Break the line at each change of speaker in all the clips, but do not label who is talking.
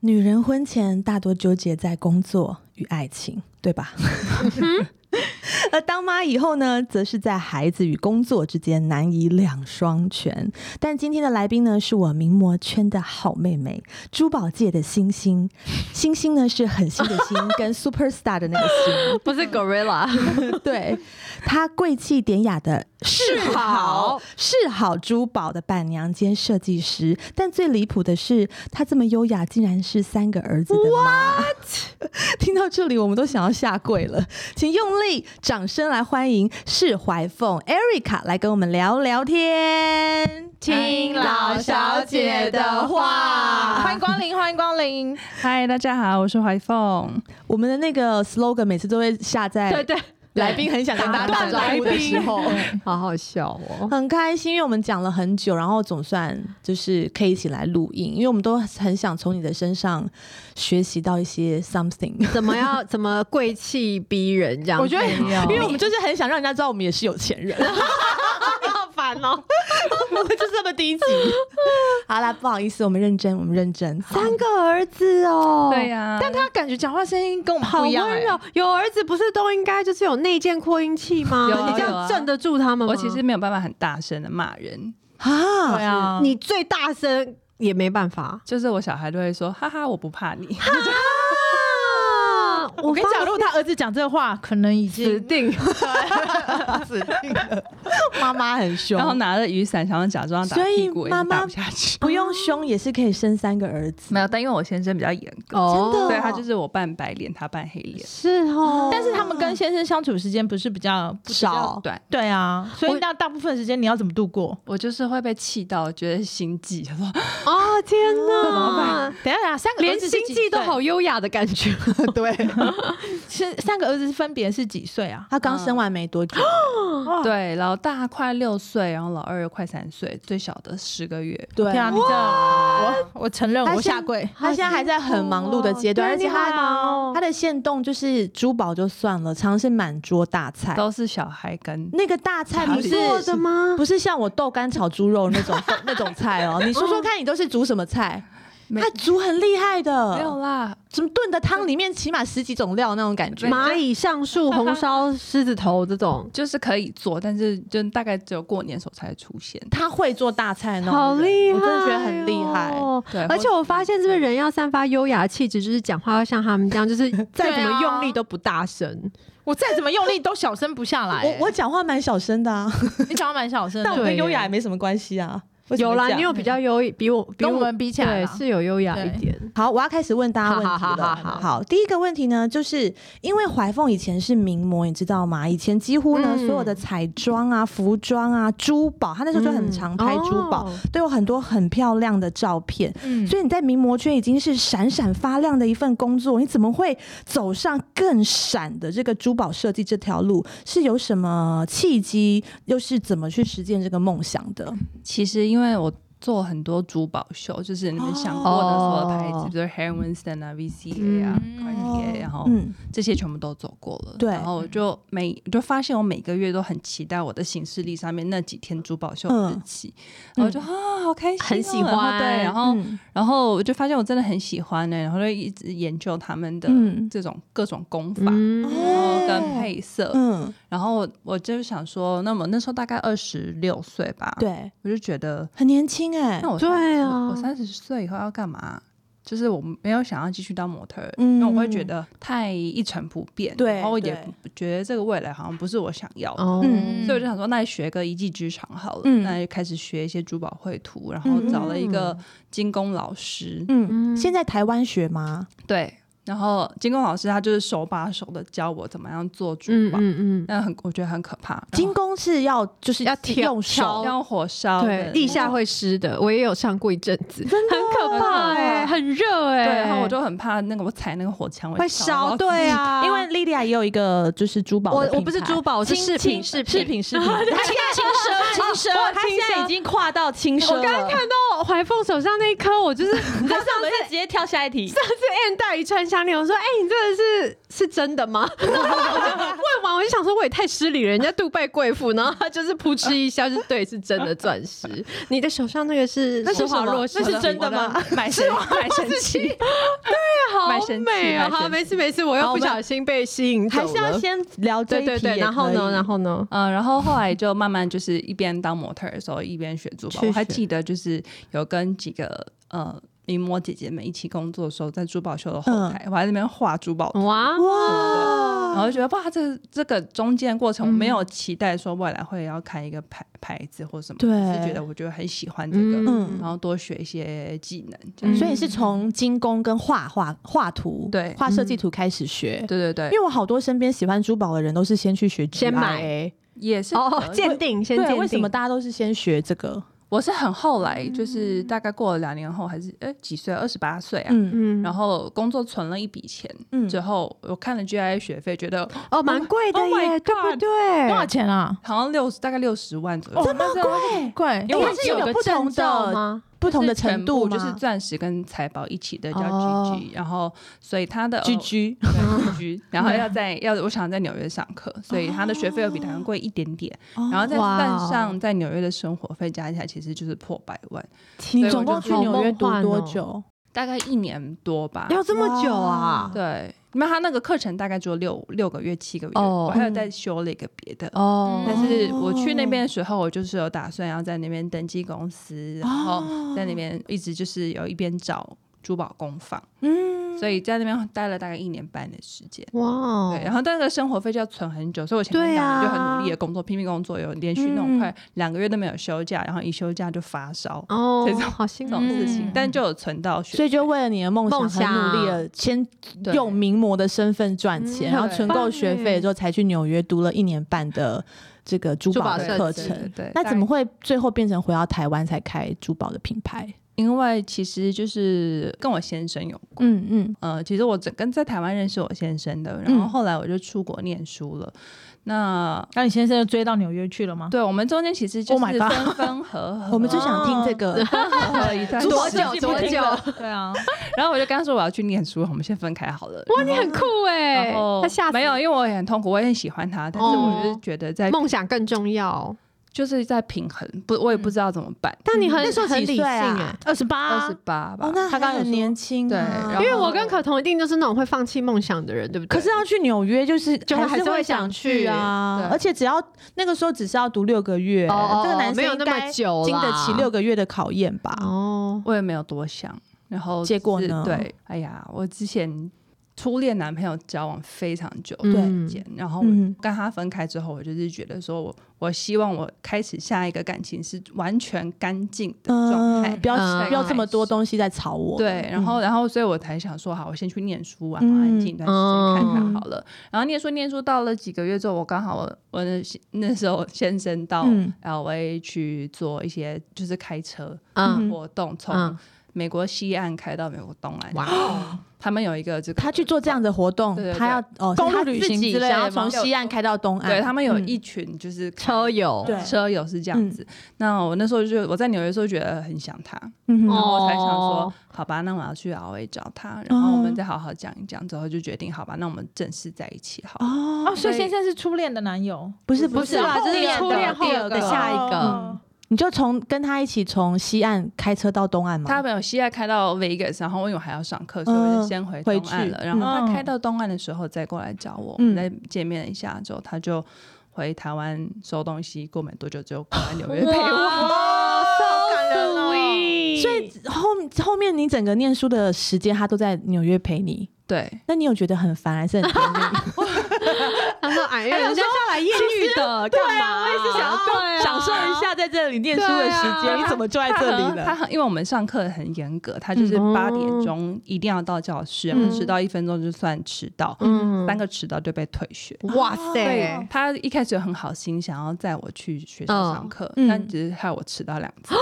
女人婚前大多纠结在工作与爱情，对吧？ 而当妈以后呢，则是在孩子与工作之间难以两双全。但今天的来宾呢，是我名模圈的好妹妹，珠宝界的星星。星星呢是很新的星，跟 super star 的那个星。
不是
嗯
gorilla，
对，她贵气典雅的世
世
好
好
世好珠宝的伴娘兼设计师，但最离谱的是，她这么优雅，竟然是三个儿子的妈。 听到这里，我们都想要下跪了，请用力掌声来欢迎释怀凤 Erica 来跟我们聊聊天。
听老小姐的话
欢迎光临，欢迎光临。
嗨，大家好，我是怀凤。哎
我们的那个 slogan 每次都会下
对
在
对，
来宾很想跟大家
打断
打招呼的
来宾
时候。
好好笑哦。
很开心，因为我们讲了很久，然后总算就是可以一起来录音，因为我们都很想从你的身上学习到一些 something。
怎么要怎么贵气逼人这样子？
我觉得，
没有
因为我们就是很想让人家知道我们也是有钱 人，
好烦哦。
我们就是这么低级。 好啦，不好意思，我们认真，我们认真。
三个儿子哦，
对呀、
但他感觉讲话声音跟我们
好
不
温
一样、欸，
柔。有儿子不是都应该就是有内建扩音器吗？
有啊
你这
有
样
啊
镇得住他们吗？
我其实没有办法很大声的骂人，
啊，
啊
你最大声也没办法。
就是我小孩都会说，哈哈，我不怕你。
啊！
我
我
跟你讲，如果他儿子讲这话，可能已
指
经
定
死定了。
妈妈很凶
然，后拿着雨伞，想要假装打
所以
屁股，也
妈
是
妈
打不下去。
不用凶也是可以生三个儿子。
没有，但因为我先生比较严格，
哦
真的
对他就是我扮白脸，他扮黑脸。
是哦，
但是他们跟先生相处时间不是比较
少
对
对啊，所以那大部分时间你要怎么度过？
我就是会被气到，觉得心悸，他说
哦天
怎
哪
么办，
等一下，等一下，三个儿
连
子是
心
几
悸都
岁
好。优雅的感觉。
对，是三个儿子分别是几岁啊？
他刚生完没多久，
哦，
对，老大快六岁，然后老二快三岁，最小的十个月。
对
天啊，你这我我承认
他
我
现
下跪。
他现在还在很忙碌的阶段，
对
而且
你好
他
忙哦
他的限动就是珠宝就算了，常常是满桌大菜。
都是小孩
嗯
跟
那个大菜不
哪里
是
做的吗？
不是像我豆干炒猪肉那 种那种菜哦。你说说看，你都是煮什么菜？
没
他煮很厉害
没有
的，
啦，
什么炖的汤里面起码十几种料那种感觉。
蚂蚁上 树、红烧狮子头这种，
就是可以做，但是就大概只有过年时候才出现。
他会做大菜那种人，
好厉害、哦
我真的觉得很厉害。
对
而且我发现，这个人要散发优雅的气质，就是讲话要像他们这样，就是再怎么用力都不大声。
我再怎么用力都小声不下来、
我我讲话蛮小声的啊，
我你讲话蛮小声
但我
的，
跟
对
优雅也没什么关系啊。为什么
有啦，
这样
你有比较优，比我比
跟我们比起来
对
啦，
是有优雅一点。
好，我要开始问大家问题了。
好好好好好
第一个问题呢，就是因为怀凤以前是名模，你知道吗？以前几乎呢，
嗯
所有的彩妆啊、服装啊、珠宝，她那时候就很常拍珠宝，
哦
都有很多很漂亮的照片。
嗯
所以你在名模圈已经是闪闪发亮的一份工作，你怎么会走上更闪的这个珠宝设计这条路？是有什么契机？又是怎么去实践这个梦想的？
其实因为我做很多珠宝秀，就是你们想过的所有牌
哦
子，比如 Harry Winston 啊、VCA 啊、Cartier，然后
嗯，
这些全部都走过了。
对
然后我就每就发现我每个月都很期待我的行事历上面那几天珠宝秀的日期，然后我就啊好开心哦，
很喜
然后
欢
对，然后
哦
嗯
然后我就发现我真的很喜欢呢，然后就一直研究他们的
嗯
这种各种功法，
嗯，
然后
哦
跟配色，
嗯，
然后我就想说，那么那时候大概二十六岁吧，，
啊
对，
我就觉得，
很年轻哎、
那我
对啊
我我三十岁以后要干嘛？就是我没有想要继续当模特儿，
嗯
因为我会觉得太一成不变，
对
然后也
对
不觉得这个未来好像不是我想要的，
哦，
嗯
所以我就想说，那学个一技之长好了，
嗯
那就开始学一些珠宝绘图，然后找了一个精工老师，
嗯，
嗯
现在台湾学吗？
对，然后精工老师他就是手把手的教我怎么样做珠
嗯
宝，
嗯嗯，
那很我觉得很可怕，
精工是要就是
要挑
用手
挑
要火烧
嗯对
的，
地下会湿的，我也有上过一阵子，
真的
很可怕哎、很热哎、
对，然后我就很怕那个我踩那个火枪
会
烧
烧，
到
对啊，
因为莉莉亚也有一个就是珠宝
我
的品牌，
我不是珠宝，我是饰品饰
饰
品
品饰
啊
品，她现在轻奢轻
哦
奢，她现在已经跨到轻奢
我刚刚
了。
看到怀凤手上那一颗，我就是 你知道上
我就直接跳下一题，
次 N 大一穿下夏令，我说：“哎、你这个是是真的吗？” 问完我就想说，我也太失礼了，人家杜拜贵妇，然后她就是扑哧一笑，就是对，是真的钻石。你的手上那个是
那
施
是什
华
么
洛世
那
奇
是真的 吗？买神买神 器，
好
蛮神奇
美啊！
蛮神
好，
奇
没事没事，我又
好
不
我们
小心被吸引走
还
了。
是要先聊这
对
一题也
对
可以。
对，然后呢，然后呢？
嗯，然后后来就慢慢就是一边当模特儿的时候，一边学珠宝。
去
我还
学
记得就是有跟几个呃名模姐姐们一起工作的时候，在珠宝秀的后
嗯
台，我还在那边画珠宝图，
哇，
哇，
然后觉得哇，这这个中间过程我没有期待说未来会要开一个牌牌子或什么，
对
只是觉得我觉得很喜欢这个，
嗯
然后多学一些技能。这样
嗯
所以你是从精工跟画画画图、
对
画设计图开始学。
对对对，
因为我好多身边喜欢珠宝的人都是先去学 GIA，
先买
也是
哦，鉴定先鉴
对，
定，
为什么大家都是先学这个？
我是很后来，就是大概过了两年后，还是哎几岁，二十八岁啊。
嗯
嗯，
然后工作存了一笔钱，
嗯
之后我看了 GI 学费，觉得
哦，蛮贵的
Oh my
耶，对不
God，
对？
多少钱啊？
好像六十大概六十万左右，
哦这么贵，
贵，
因为
哎
我
它是有
有个
不同
证照
的
吗？
不同的
是全
程度
部就是
吗
钻石跟财宝一起的叫
哦
GG，、然后所以他的哦
GG
对 GG，然后 要在要我想在纽约上课，所以他的学费又比台湾贵一点点，
哦
然后再
哇
算上在纽约的生活费加起来，其实就是破百万，
你
对
总
我
共
就
去纽约读
好梦幻
多
哦
久？
大概一年多吧。
要这么久啊？
对，那他那个课程大概只有六六个月、七个月，
哦
我还有
嗯
再修了一个别的。
哦
嗯但是我去那边的时候，我就是有打算要在那边登记公司，
哦
然后在那边一直就是有一边找珠宝工坊，
嗯，哦
所以在那边待了大概一年半的时间。
哇哦
对，然后那个生活费就要存很久，所以我前面
对啊
两年就很努力的工作，拼命工作，有连续那种
嗯
快两个月都没有休假，然后一休假就发烧
哦
这种
好辛
这
苦
种事情
嗯，
但就有存到学
所以就为了你的梦
梦
想，
想
很努力的，先
对欸
用名模的身份赚钱，
嗯
然后
对
存够学费之后，才去纽约读了一年半的这个珠宝
珠
的
宝
课
设计
程。
对，
那
大
怎么
概？
会最后变成回到台湾才开珠宝的品牌？
因为其实就是跟我先生有关。
嗯嗯，
呃，其实我整跟在台湾认识我先生的，然后
嗯
后来我就出国念书了。那
那你先生就追到纽约去了吗？
对我们中间其实就
Oh my
是
God
分 分合合，
我们就 想听这个。
分合合一段
多
时间
久多久？
对啊，
然后我就跟他说我要去念书，我们先分开好了。
哇，你很酷哎
然，后
他吓死
没有，因为我也很痛苦，我也很喜欢他，但是我
哦
就是觉得在、
梦想更重要，
就是在平衡，不，我
嗯
也不知道怎么办。
但你很
那时候几
很理性
岁啊
哎。
二十八
二十，八吧，
哦，那
他
还
刚刚有
很
说
年轻
对
啊，
然
因
后
为我跟可彤一定就是那种会放弃梦想的人，对不对？
可是要去纽约，就是
就还
还
是会
会
想去
去啊
对，
而且只要那个时候只是要读六个月，
哦哦
这个男
没
生
有
应
那
该
么久啦
经得起六个月的考验吧？
哦，
我也没有多想，然后
结果
是
呢
对，哎呀，我之前初恋男朋友交往非常久，
对
时间，然后我
嗯
跟他分开之后，我就是觉得说我我希望我开始下一个感情是完全干净的状态，
嗯，不要
嗯
不要这么嗯多东西在吵我。
对，然后，然后，所以我才想说，好，我先去念书，啊然后安静一段时
嗯
间看
嗯
看好了。然后念书，念书到了几个月之后，我刚好我我那那时候先生到
嗯
L A 去做一些就是开车
嗯
嗯
活动，从
嗯，
美国西岸开到美国东岸。
哇哦，
他们有一个这个，
他去做这样的活动
对对，对
他要哦，
公路
是他自己
旅行之类的
想要
吗
从西岸开到东岸，
对他们有
嗯
一群就是开
车友，
对
车友是这样子。那我那时候就我在纽约的时候觉得很想他，
嗯哼
然后我才想
哦
说，好吧，那我要去 L A 找他，然后我们再好好讲一讲，之后就决定，好吧，那我们正式在一起好了。
哦，
哦，所以先生是初恋的男友，
不是
不
不
是
是
啦
啊
啦，
后
啊这
面
是
初恋
第二
后
个
面的
下一个，
哦
你就从跟他一起从西岸开车到东岸嘛。
他没有西爱开到 Vegas，然后因为我还要上课，所以我就先回东岸了。
回去
然后他
嗯
开到东岸的时候再过来找我，我
嗯
们再见面了一下之后，他就回台湾收东西，过没多久就过来纽约陪我。
哇， 好感人哦！
所以后后面你整个念书的时间，他都在纽约陪你。
对，
那你有觉得很烦，还是很 甜蜜？
他说：“哎呀，人家下来艳遇的，干嘛？啊我也是
啊
想要啊享受一下在这里念书的时
对啊
间，你怎么就在
他
这
很
里
他
了？
很，因为我们上课很严格，他就是
嗯
八点钟一定要到教室，然后迟到一分钟就算迟到，
嗯
三个迟到就被退学。
哇
对
塞，
他一开始有很好心，想要载我去学校上课，
嗯
但只是害我迟到两次，
够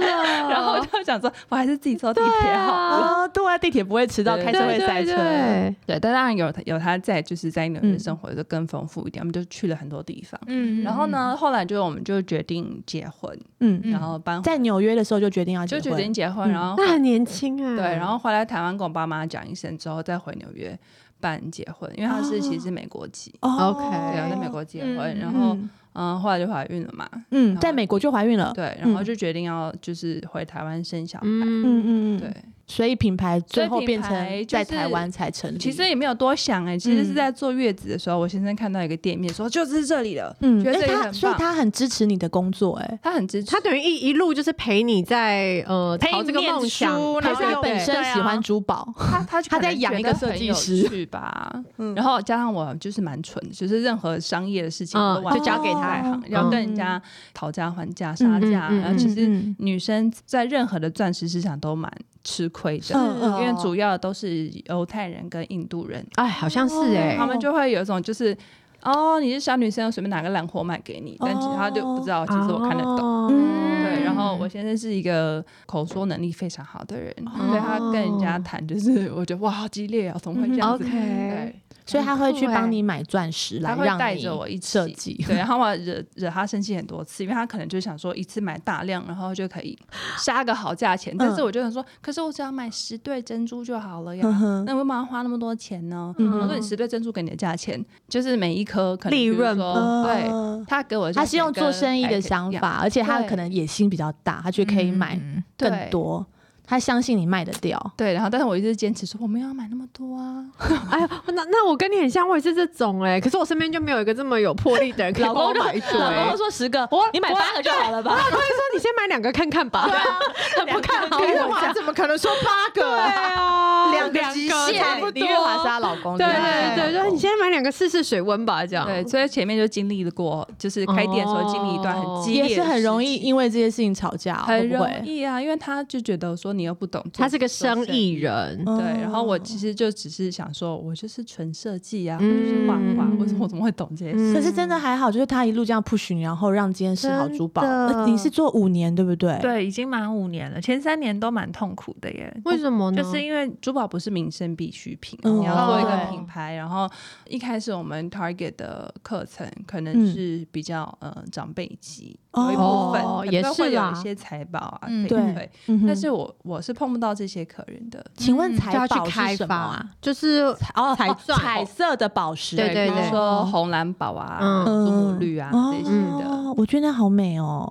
了。
然后我就想说，我还是自己坐地铁好
哦
了。
啊，对啊，地铁不会迟到，
对
开车会塞车。
对，
对，但当然有有他在，就是在纽约
嗯
的生活就更丰富一点，我们就去了很多地方。
嗯
然后？呢，后来就我们就决定结婚，
嗯，
嗯
然后搬
在纽约的时候就决定要结
就
婚，
决定结婚，
嗯
然后
那很年轻啊。
对，然后回来台湾跟我爸妈讲一声之后，再回纽约办结婚，因为他是其实是美国籍，
哦
OK
对啊，
哦
在美国结婚，
嗯
然后
嗯
嗯，后来就怀孕了嘛，
嗯，在美国就怀孕了，
对，然后
嗯
就决定要就是回台湾生小孩，
嗯，
嗯嗯嗯，
对。
所以品牌最后
所以
变
品牌
成
就
在
是
台湾才成立。
其实也没有多想
嗯
哎、其实是在坐月子的时候，我先生看到一个店面说就是这里了，
嗯，
觉得
哎
这里
他
很
所以
棒，
他很支持你的工作，哎，
他很支持
他。等于一一路就是陪你在呃
陪
朝
你
这个
念
梦想，
书
他
然
陪
后啊
是
你
又
本身喜欢珠宝，
他他就
他在
可能
养
觉
一个
得
设
很
计
有
师
趣吧，
嗯
然后加上我就是蛮蠢的，就是任何商业的事情
嗯
我都完全
就交给
不
他
在行
嗯
要跟人家讨价还价、杀价，
嗯嗯
然后其实
嗯
女生在任何的钻石市场都蛮吃亏的，
嗯嗯
因为主要都是犹太人跟印度人，
哎，好像是哎、
哦
他们就会有一种就是。哦，你是小女生，随便拿个烂货卖给你，但其实他就不知道，其实我
哦
看得懂。
懂。
哦嗯
对，然后我先生是一个口说能力非常好的人，
哦
所以他跟人家谈就是，我觉得哇，好激烈啊，怎么会这
嗯
样子？
OK，
对，
所以他会去
很酷
帮
哎
你买钻石来
他会
让
带
你
着我一起
设计，
对，然后我惹惹他生气很多次，因为他可能就想说一次买大量，然后就可以杀个好价钱，但是我就想说，可是我只要买十对珍珠就好了呀，
嗯哼
那为嘛要花那么多钱呢？
嗯
我
哼
说你十对珍珠给你的价钱，就是每一颗可能
利润
比如说
嗯
对。他给我的价
他是
钱
用做
跟
生意
白
的
天
想
一样，
法，而且他
对
可能野心比较大，他觉得可
嗯
以买更
对
多，他相信你卖得掉。
对，然后但是我一直坚持说我没有要买那么多啊，
哎呀，那那我跟你很像，我也是这种哎、可是我身边就没有一个这么有魄力的人，可以帮我买一堆。
老公
我
就说十个
我，
你买八个就好了吧？
会说你先买两个看看吧，很不啊看好
李 月
哦我
华
家。
怎么可能说八个
对
啊？
啊，
两个极限
差不多。
李月华是她老公，
对
李月华是她
对
老
对，就
公
是你先买两个试试水温吧，这样。
对，所以前面就经历了过，就是开店的时候经历一段很激烈的
哦也是很容易
事情
因为这些事情吵架，
很
会不
容
会？
易啊，因为他就觉得说你又不懂做，
他是个生意人，
做生意。对，然后我
嗯
其实就只是想说，我就是纯设计啊，
嗯
我就是画画，我说我怎么会懂这些事？
可是真的还好，就是他一路这样 push，然后让今天是好珠宝。
真的
呃你是做五年对不
嗯
对？，
对，已经满五年了，前三年都蛮痛苦的耶。
为什么呢？
就是因为珠宝不是民生必需品，啊
嗯
你要做一
哦
个品牌。然后一开始我们 target 的课程可
嗯
能是比较呃长辈级，
哦
有一部分
哦
可能
也
会
是
有
啦
一些财宝啊，
嗯
翡
对
翠。
嗯哼
但是我我是碰不到这些客人的，
请问
嗯
就
财
要
宝
去开
是什么啊？
发，就是
哦，
彩
哦
钻
彩色的宝石，
对对
比如
对
说红蓝宝啊、
嗯
祖母绿啊
哦
这些的。
我觉得好美哦。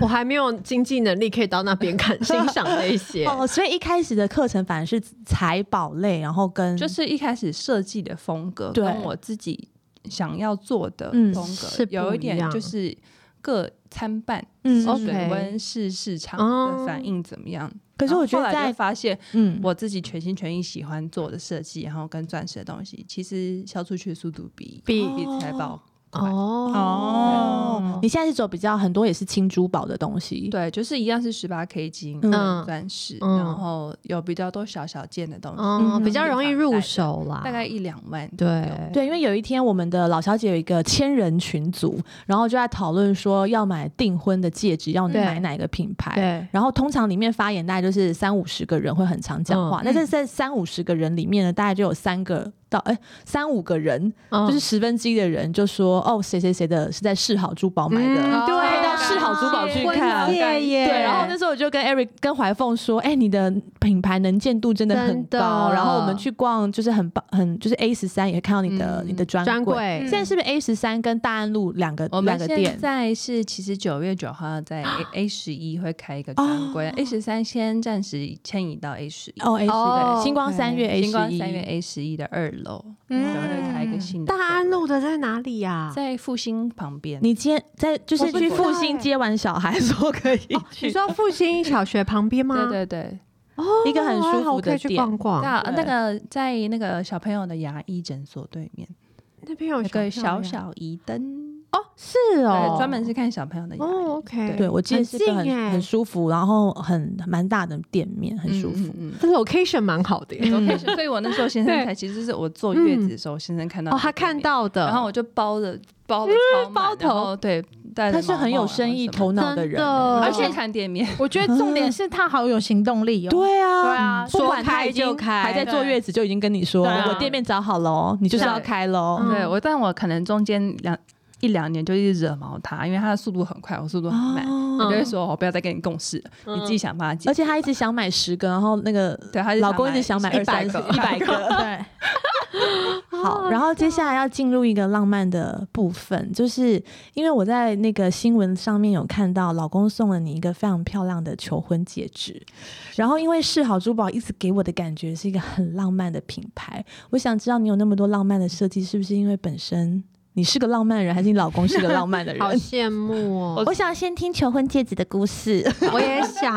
我还没有经济能力可以到那边看欣赏那些。
哦，所以一开始的课程反而是财宝类，然后跟
就是一开始设计的风格
嗯对
跟我自己想要做的
嗯
风格、
是不
有一
一
点
样
就是各参半，
嗯
是
，OK 哦
水温是市场的反应怎么样。
可是我觉得
然后后来
在
就发现
嗯，
我自己全心全意喜欢做的设计，然后跟钻石的东西，其实销出去的速度比
比
比财宝
哦
快。
哦，你现在是走比较很多也是轻珠宝的东西，
对，就是一样是十八 K 金
嗯
钻石，
嗯
然后有比较多小小件的东西，
哦，
嗯
比较容易入手啦，
大概一两万。
对
对，因为有一天我们的老小姐有一个千人群组，然后就在讨论说要买订婚的戒指，要
对
买哪个品牌。
对，
然后通常里面发言大概就是三五十个人会很常讲话，
嗯
那在这三五十个人里面呢，大概就有三个到哎三五个人，
就
就是十分之一的人就说哦谁谁谁的是在世好珠宝买的，
嗯对
可以到
啊
世好珠宝去
婚
看。啊
啊
戒耶
对，然后那时候我就跟 Eric 跟怀凤说，哎、你的品牌能见度真的很
真的
高。然后我们去逛，就是很棒，很就是 A 十三也会看到你的、
嗯
你的专
专
柜。
柜
现在是不是 A 十三跟大安路两个
我
两
们
个
现
店？
在是其实九月九号在 A A 十一会开一个专柜，A 十三先暂时迁移到 A 十一，
哦，A 十
哦
星光三月 A
星光
十一，
三月 A 十一的二楼，
嗯
然后会开一个新的
大安路的在哪里呀？
在复兴旁边。
你今天在就是
我不
去
知道
复兴
哎
接完小孩说可以去，
哦你说复兴小学旁边吗？
对 对对，
哦，
一个很舒服的
可以去
店
逛逛。
那
对
那个在那个小朋友的牙医诊所对面
那边有
有个小
哦朋友呀
小疑灯，
哦，
是哦
对，，专门是看小朋友的牙医。
哦，OK，
对我记得是个
很近耶
很很舒服，然后很蛮大的店面，很舒服。
嗯嗯
这 location 蛮好的耶。
嗯 OK，所以我那时候先生才，其实是我坐月子的时候，先生看到
哦，他看
到。
到
嗯
的，
然后我就包了包了超满
包头
然后对，带着啊
他是很有生意头脑嗯的人
真的
欸，
毛毛啊
而
什么的，而
且
且看店面，
我觉得重点是他好有行动力哦。
对啊，
对啊
不管
说
他
开
已经
就开
还在坐月子就已经跟你说，
对啊
我店面找好喽，你就是要开喽。
嗯
对我，但我可能中间两一两年就一直惹毛他，因为他的速度很快，我速度很慢，
哦
我就会说我不要再跟你共事了，
嗯
你自己想办法 解
而
决。
且他一直想买十个，然后那个
对他就
老公一直想买二
百
三
个，
一百 个。
对，
好，然后接下来要进入一个浪漫的部分，就是因为我在那个新闻上面有看到，老公送了你一个非常漂亮的求婚戒指，然后因为世好珠宝一直给我的感觉是一个很浪漫的品牌，我想知道你有那么多浪漫的设计，是不是因为本身你是个浪漫人，还是你老公是个浪漫 的人？
好羡慕 哦，
我想先听求婚戒指的故事。
我也想，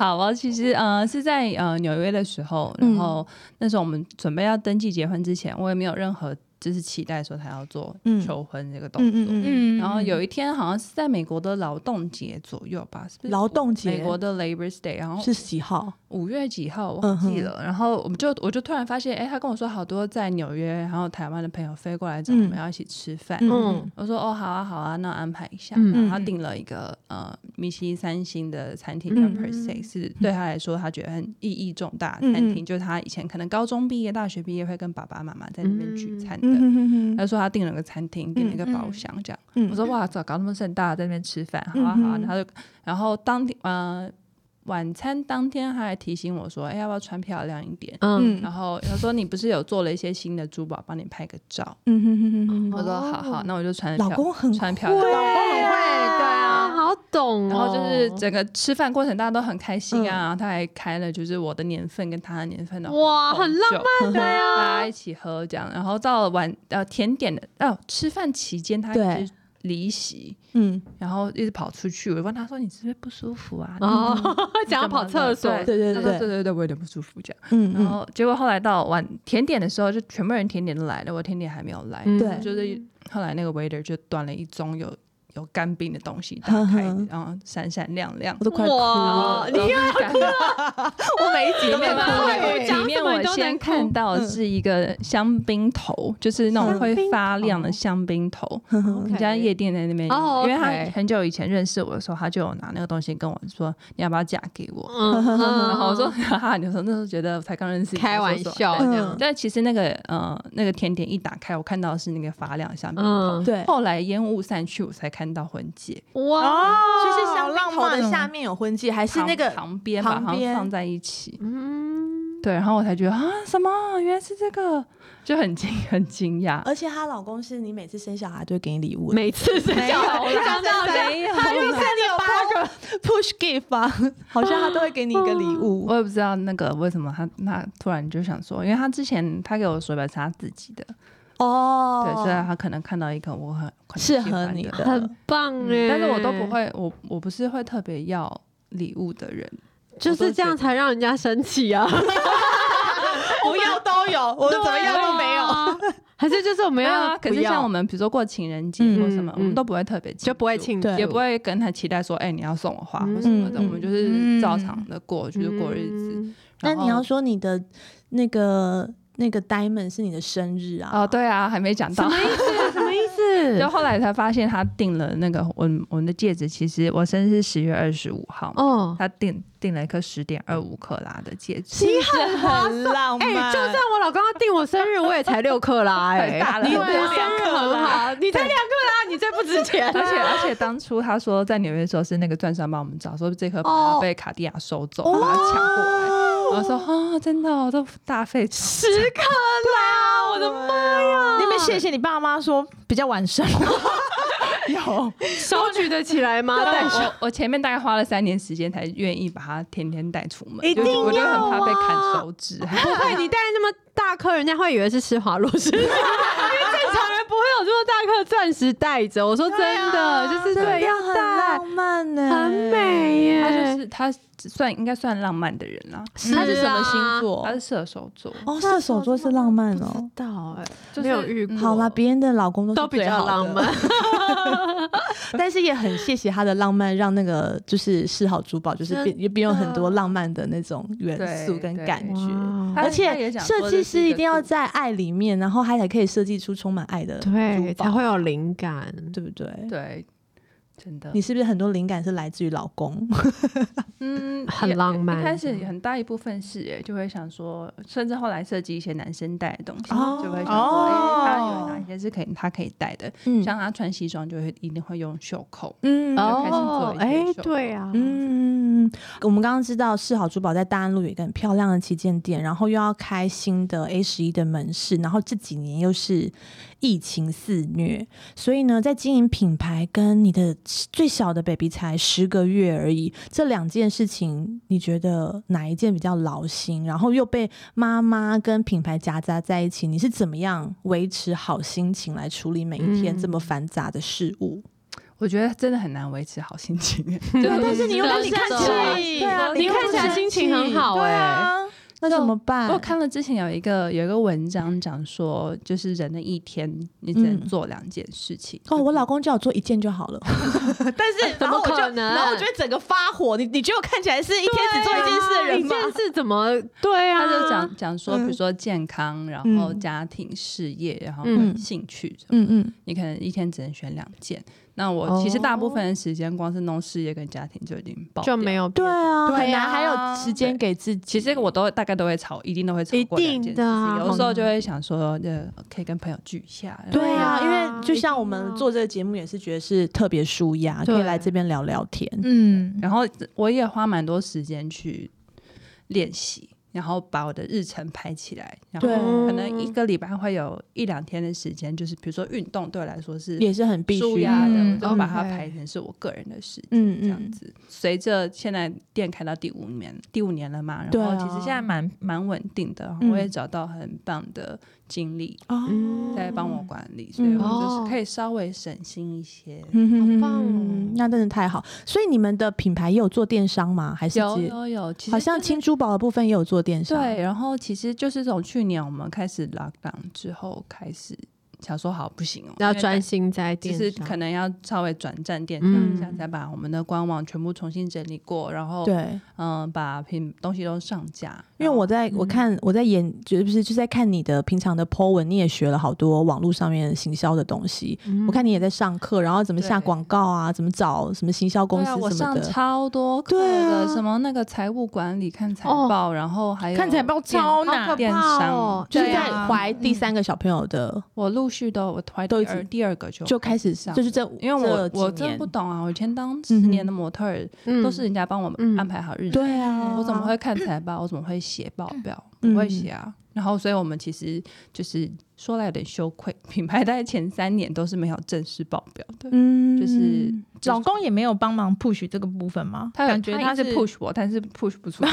好，我其实呃是在呃纽约的时候，
嗯
然后那时候我们准备要登记结婚之前，我也没有任何就是期待说他要做
嗯
求婚这个动
嗯
作。
嗯嗯，
嗯
然后有一天好像是在美国的劳动节左右吧，是不是
劳动节
美国的 Labor Day，然后
是几号？
五月几号我忘记
嗯
了，然后我们就我就突然发现，哎，他跟我说好多在纽约，然后台湾的朋友飞过来找我们
嗯
要一起吃饭，
嗯
我说哦好啊好啊，那安排一下，
嗯
然后他订了一个呃米其林三星的餐厅叫
嗯
Per Se，、是对他来说他觉得很意义重大的
嗯
餐厅，
嗯
就是他以前可能高中毕业、大学毕业会跟爸爸妈妈在那边聚餐的。
嗯
他说他订了个餐厅，订了一个包厢，这样。
嗯
我说哇，早搞那么盛大，在那边吃饭，好啊
嗯
好啊。
嗯
然后他就，然后当天呃晚餐当天，他还提醒我说，哎，要不要穿漂亮一点？
嗯，
然后他说你不是有做了一些新的珠宝，帮你拍个照。
嗯嗯嗯
我说好好，那我就穿
老
漂
公很哦
穿漂亮。
老公很会，对啊，好懂
然
哦，
后就是整个吃饭过程大家都很开心
嗯
啊，然后他还开了就是我的年份跟他的年份的哦
哇
红
哦很浪
酒
漫的呀
大家一起喝这样，然后到了晚呃甜点的哦吃饭期间他
对
一直离席，
嗯，
然后一直跑出去，我问他说你是不是不舒服啊？
哦，
你
想要
怎么
跑
了
厕所，
对
对对
他
对
说对哦对对，我有点不舒服这样。
嗯
然后结果后来到晚甜点的时候，就全部人甜点都来了，我甜点还没有来，
嗯
对
就是后来那个 waiter 就端了一盅有有干冰的东西，打
嗯
开
呵呵
然后闪闪亮亮
我。都快哭
哇
了，
你又哭了，
我每一集
里
都在
面
哭
哭
哎
我讲
里面
什么
我
你都能哭嗯
先看到的是一个香槟头，就是那种会发亮的香槟头。人家夜店在那边，
哦
因为他
OK
很久以前认识我的时候，他就有拿那个东西跟我说，你要不要嫁给我？
嗯，
然
然
后我说，哈哈，你说那时候觉得才刚认识你，
开玩
说说
笑
对
这
嗯
样，
但其实那个呃那个甜点一打开，我看到的是那个发亮的香槟头。
嗯，
对，
后来烟雾散去，我才看到婚戒，
哇，
就是香槟头的下面有婚戒，还是那个
旁边把
旁
它
边
放在一起。
嗯，
对，然后我才觉得啊，什么？原来是这个，就很惊很惊讶。
而且她老公是你每次生小孩都会给你礼物，
每次生小孩讲到好像
没有，
他就是你有八个 push gift 啊，好像他都会给你一个礼 物
我。也不知道那个为什么他他突然就想说，因为他之前他给我说表是他自己的，
哦，
对，所以他可能看到一个我很可能
适合
喜欢
你
的，嗯
的，
很棒哎，
但是我都不，会，我我不是会特别要礼物的人，
就是这样才让人家生气啊，
不要都有， 我怎么样都没有。
有，还是就是我们
没有
要
啊，可是像我们比如说过情人节
嗯
或什么，
嗯
我们都不会特别
就不会庆祝，
对
也不会跟他期待说，哎、你要送我花或什么的，
嗯
我们就是照常的过，就是过日子。
嗯。
但你要
然后
说你的那个那个 diamond 是你的生日啊？
哦，，对啊，还没讲
什
到
么。意思？什么意
就
思？
后来才发现，他订了那个我们我们的戒指，其实我生日是十月二十五号嘛，
哦，
他订订了一颗十点二五克拉的戒指，
其实很浪
哎、
漫，
就算我老公要定我生日，我也才六克拉哎、
太大了
你
对
的
啊
生日很好，你才两克拉，你最不值钱。
而且而且当初他说在纽约的时候是那个钻石帮我们找，说这颗
哦
要被卡地亚收走，他把它抢过来。我说啊，真的哦，都大费十克
拉，啊我的妈呀！
那边谢谢你爸妈说比较晚生，
有。
手举得起来吗？带手
我我前面大概花了三年时间才愿意把它天天带出门，
一定
就是我就很
要
怕被
啊
砍手指。
不会，你带那么大颗，人家会以为是施华洛 世奇，因为正常人不会有这么大颗钻石戴啊
哎
着。我说真的，就是对，
要很
戴
浪漫呢、
很美耶。
他就是他算应该算浪漫的人啦。
是
他是什么
啊
星座
他？是射手座，
哦，射手座是浪漫哦。
到哎，
就
没
是
有遇过，
好啦，别人的老公都
都
是
比
最
较
好的
浪漫，，
但是也很谢谢他的浪漫，让那个就是世好珠宝，就是
真
变也变有很多浪漫的那种元素
对
跟
对
感觉。
哇
他
而
他
且
也讲说
设
这
计
是
师
一
一
个
定要
度
在爱里面，然后他才可以设计出充满爱的珠宝，
对才会有灵感。
对不对？
嗯对，真的
你是不是很多灵感是来自于老公？
嗯，
很
也
浪
一
漫
开始很大一部分是哎，就会想说，甚至后来设计一些男生戴的东西，
哦
就会想说，哎，他有
哦
哪一些是可以他可以戴的？
嗯
像他穿西装就会一定会用袖扣，
嗯
哦开始做一些
哎
手，工
对啊，
嗯，我们刚刚知道世好珠宝在大安路有一个很漂亮的旗舰店，然后又要开新的 A 十一的门市，然后这几年又是疫情肆虐，所以呢，在经营品牌跟你的最小的 baby 才十个月而已，这两件事情，你觉得哪一件比较劳心？然后又被妈妈跟品牌夹杂在一起，你是怎么样维持好心情来处理每一天
嗯
这么繁杂的事物？
我觉得真的很难维持好心情。
对，啊但是你又
真
不
的
生
是
气，
的
对啊，
你
又
看
不
起来
生
心情很
气
好
对
欸
啊，那怎么办？
我看了之前有一个有一个文章讲说，就是人的一天你只能
嗯
做两件事情。
嗯
哦，我老公叫我做一件就好了， 但 是
怎
然
么
后我就
可能
然后我就会整个发火。你你觉得我看起来是一天只
啊
做一件事的人
一
吗？
件事怎么对啊？
他就讲讲说，比
嗯
如说健康，然后
嗯
家庭、事业，然后
嗯哦
兴趣，
嗯嗯，
你可能一天只能选两件。那我其实大部分的时间，光是弄事业跟家庭就已经爆
就
掉
没有别
对
的
啊，
对
很难
啊
还有时间给自己。
其实我都大概都会超，一定都会超过
一
两
定
件事
的啊
情。有时候就会想说，呃，可以跟朋友聚一下。然后
对啊，
对啊
因为就像我们做这个节目也是觉得是特别舒压，可以
对
来这边聊聊天。
嗯，
然后我也花蛮多时间去练习，然后把我的日程排起来，
嗯
然后
对
可能一个礼拜会有一两天的时间，就是比如说运动对我来说是
也是很必
舒
须
压的，
嗯
我就把它
OK
排成是我个人的时间。
嗯
这样
嗯，
子，随着现在店开到第五年，第五年了嘛，然
对
后
啊
其实现在蛮蛮稳定的，然后
嗯
我也找到很棒的经理
哦
嗯
在帮我管理，所以
嗯
我就是可
哦
以稍微省心一些。
嗯哼哼
好棒哦
那真的太好。所以你们的品牌也有做电商吗？还是
有
只
有有，其实
好像
就是
轻珠宝的部分也有做电商？
对，然后其实就是从去年我们开始 lockdown 之后开始想说好不行哦，
要
因为
专
大。
心在
就
电
是
商
可能要稍微转战电商一下，
嗯
再把我们的官网全部重新整理过，然后
对。
嗯、把品东西都上架。
因为我在我
嗯
看我在研，就是就是在看你的平常的 po 文，你也学了好多网络上面行销的东西。
嗯
我看你也在上课，然后怎么下
嗯对
广告啊，怎么找什么行销公
对
司
啊，我
什么
上
的。
超多课
对
的，
啊
什么那个财务管理、看财
哦
报，然后还有
看起来报
电
好可
超难
怕，
电商
哦，
就是
对
在
啊
怀第三个小朋友的，
我陆续都我怀
都
第
已经
二第二个就
就开始
上
就是这，
因为我
这
我
几
真的
年嗯
不懂啊，我以前当十年的模特儿
嗯
都是人家帮我
嗯
们安排好日程，
对啊，
我怎么会看财报？我怎么会写报表？
嗯
不会写啊。然后，所以我们其实就是说来有点羞愧，品牌大概前三年都是没有正式报表的。
嗯，
就是
老公也没有帮忙 push 这个部分吗？
他有
感觉
他
是
是 push 我，但是 push 不出来。